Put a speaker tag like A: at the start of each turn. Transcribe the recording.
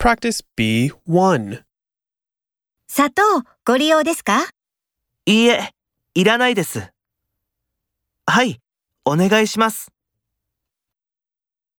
A: Practice B1.
B: 砂糖ご利用ですか
C: いいえ、いらないです。はい、お願いします。